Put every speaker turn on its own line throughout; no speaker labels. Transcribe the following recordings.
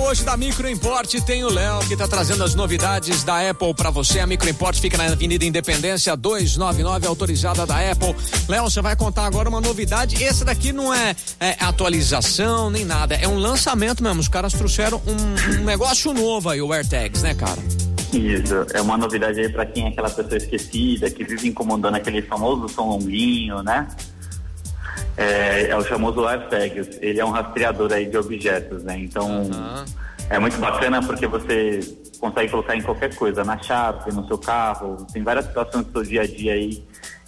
hoje da Microimport tem o Léo que está trazendo as novidades da Apple para você. A Microimport fica na Avenida Independência 299, autorizada da Apple. Léo, você vai contar agora uma novidade. Esse daqui não é, é, atualização nem nada, é um lançamento mesmo. Os caras trouxeram um, um negócio novo aí, o AirTags, né, cara?
Isso, é uma novidade aí para quem é aquela pessoa esquecida, que vive incomodando aquele famoso som longuinho, né? É, é, o famoso AirTag. Ele é um rastreador aí de objetos, né? Então uhum. é muito bacana porque você consegue colocar em qualquer coisa, na chave, no seu carro, tem várias situações do seu dia a dia aí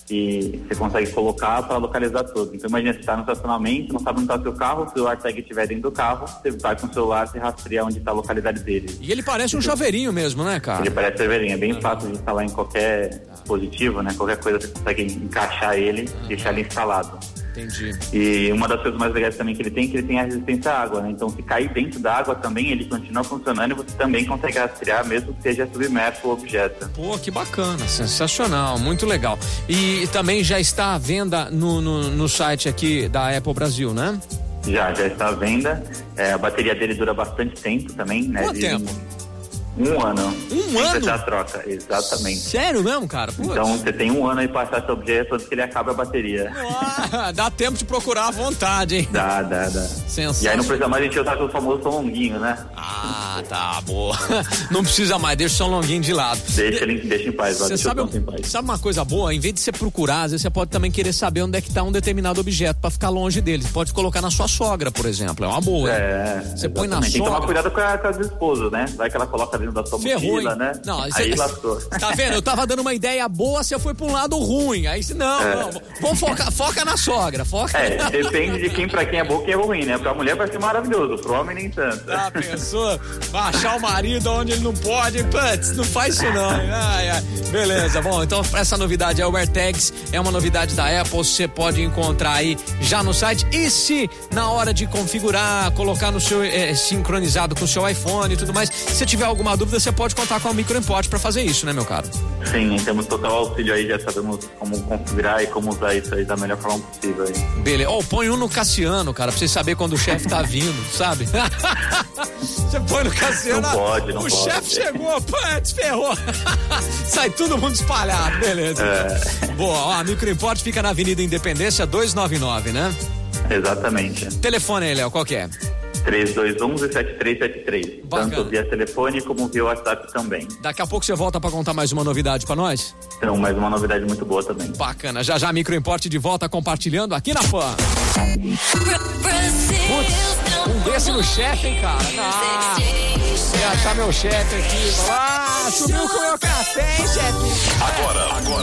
que você consegue colocar para localizar tudo. Então imagina você está no estacionamento, não sabe onde está o seu carro, se o AirTag estiver dentro do carro, você vai com o celular e rastreia onde está a localidade dele.
E ele parece um chaveirinho mesmo, né, cara?
Ele parece chaveirinho, é bem uhum. fácil de instalar em qualquer dispositivo, né? Qualquer coisa você consegue encaixar ele e uhum. deixar ele instalado.
Entendi.
E uma das coisas mais legais também que ele tem é que ele tem a resistência à água, né? Então, se cair dentro da água também, ele continua funcionando e você também consegue rastrear, mesmo que seja submerso o objeto.
Pô, que bacana, sensacional, muito legal. E também já está à venda no, no, no site aqui da Apple Brasil, né?
Já, já está à venda. É, a bateria dele dura bastante tempo também, né?
Quanto De... tempo?
Um ano.
Um Sempre ano?
da troca, exatamente.
Sério mesmo, cara?
Putz. Então você tem um ano aí pra achar esse objeto antes que ele acabe a bateria.
Uá, Ah, dá tempo de procurar à vontade, hein?
Dá, dá, dá.
Sensacional.
E aí não precisa mais a gente usar o famoso São Longuinho, né?
Ah, tá, boa. Não precisa mais, deixa o São Longuinho de lado.
Deixa ele deixa em paz,
Você sabe, um, sabe uma coisa boa? Em vez de você procurar, às vezes você pode também querer saber onde é que tá um determinado objeto pra ficar longe dele. Você pode colocar na sua sogra, por exemplo. É uma boa.
É.
Você exatamente. põe na sogra.
Tem que tomar cuidado com a, com a esposa, né? Vai que ela coloca dentro da sua Ferrou, mochila, hein? né?
é Não,
aí cê, lascou.
Tá vendo? Eu tava dando uma ideia boa, você foi pra um lado ruim. Aí você, não, é. não. Vamos focar, foca na sogra, foca.
É, na... depende de quem pra quem é bom quem é ruim, né? Pra mulher vai ser maravilhoso, pro homem nem tanto.
Ah, pensou? Vai achar o marido onde ele não pode, putz, não faz isso não. Ai, ai. Beleza, bom, então essa novidade é o AirTags, é uma novidade da Apple, você pode encontrar aí já no site. E se na hora de configurar, colocar no seu, é, sincronizado com o seu iPhone e tudo mais, se tiver alguma dúvida, você pode contar com a Microimport para fazer isso, né, meu caro?
Sim, temos total auxílio aí, já sabemos como configurar e como usar isso aí da melhor forma possível aí.
Beleza. Ó, oh, põe um no Cassiano, cara, pra você saber quando o chefe tá vindo, sabe? você põe no Cassiano.
Não pode, não
o
pode.
chefe chegou, putz, ferrou. Sai todo mundo espalhado, beleza. É. Boa, ó, a Microimport fica na Avenida Independência 299, né?
Exatamente.
Telefone aí, Léo, qual que é?
3211-7373. Tanto via telefone como via WhatsApp também.
Daqui a pouco você volta para contar mais uma novidade para nós?
Então, mais uma novidade muito boa também.
Bacana. Já já Microimporte de volta compartilhando aqui na Pan. Putz, um desse no chefe, hein, cara? Ah, já tá meu chefe aqui. Ah, sumiu com o meu café, hein, chefe?
Agora, agora,